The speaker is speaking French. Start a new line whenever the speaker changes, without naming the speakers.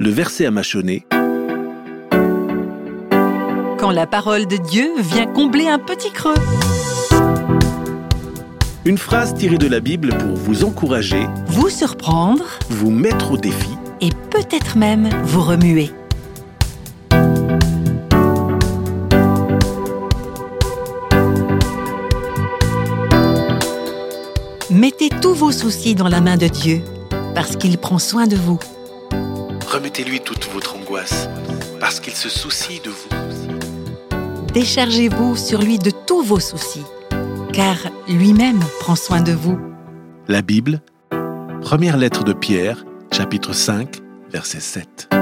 Le verset à mâchonner,
Quand la parole de Dieu vient combler un petit creux.
une phrase tirée de la Bible pour vous encourager,
Vous surprendre
vous mettre au défi.
et peut-être même vous remuer. Mettez tous vos soucis dans la main de Dieu, parce qu'il prend soin de vous.
Remettez-lui toute votre angoisse, parce qu'il se soucie de vous.
Déchargez-vous sur lui de tous vos soucis, car lui-même prend soin de vous.
La Bible, première lettre de Pierre, chapitre 5, verset 7.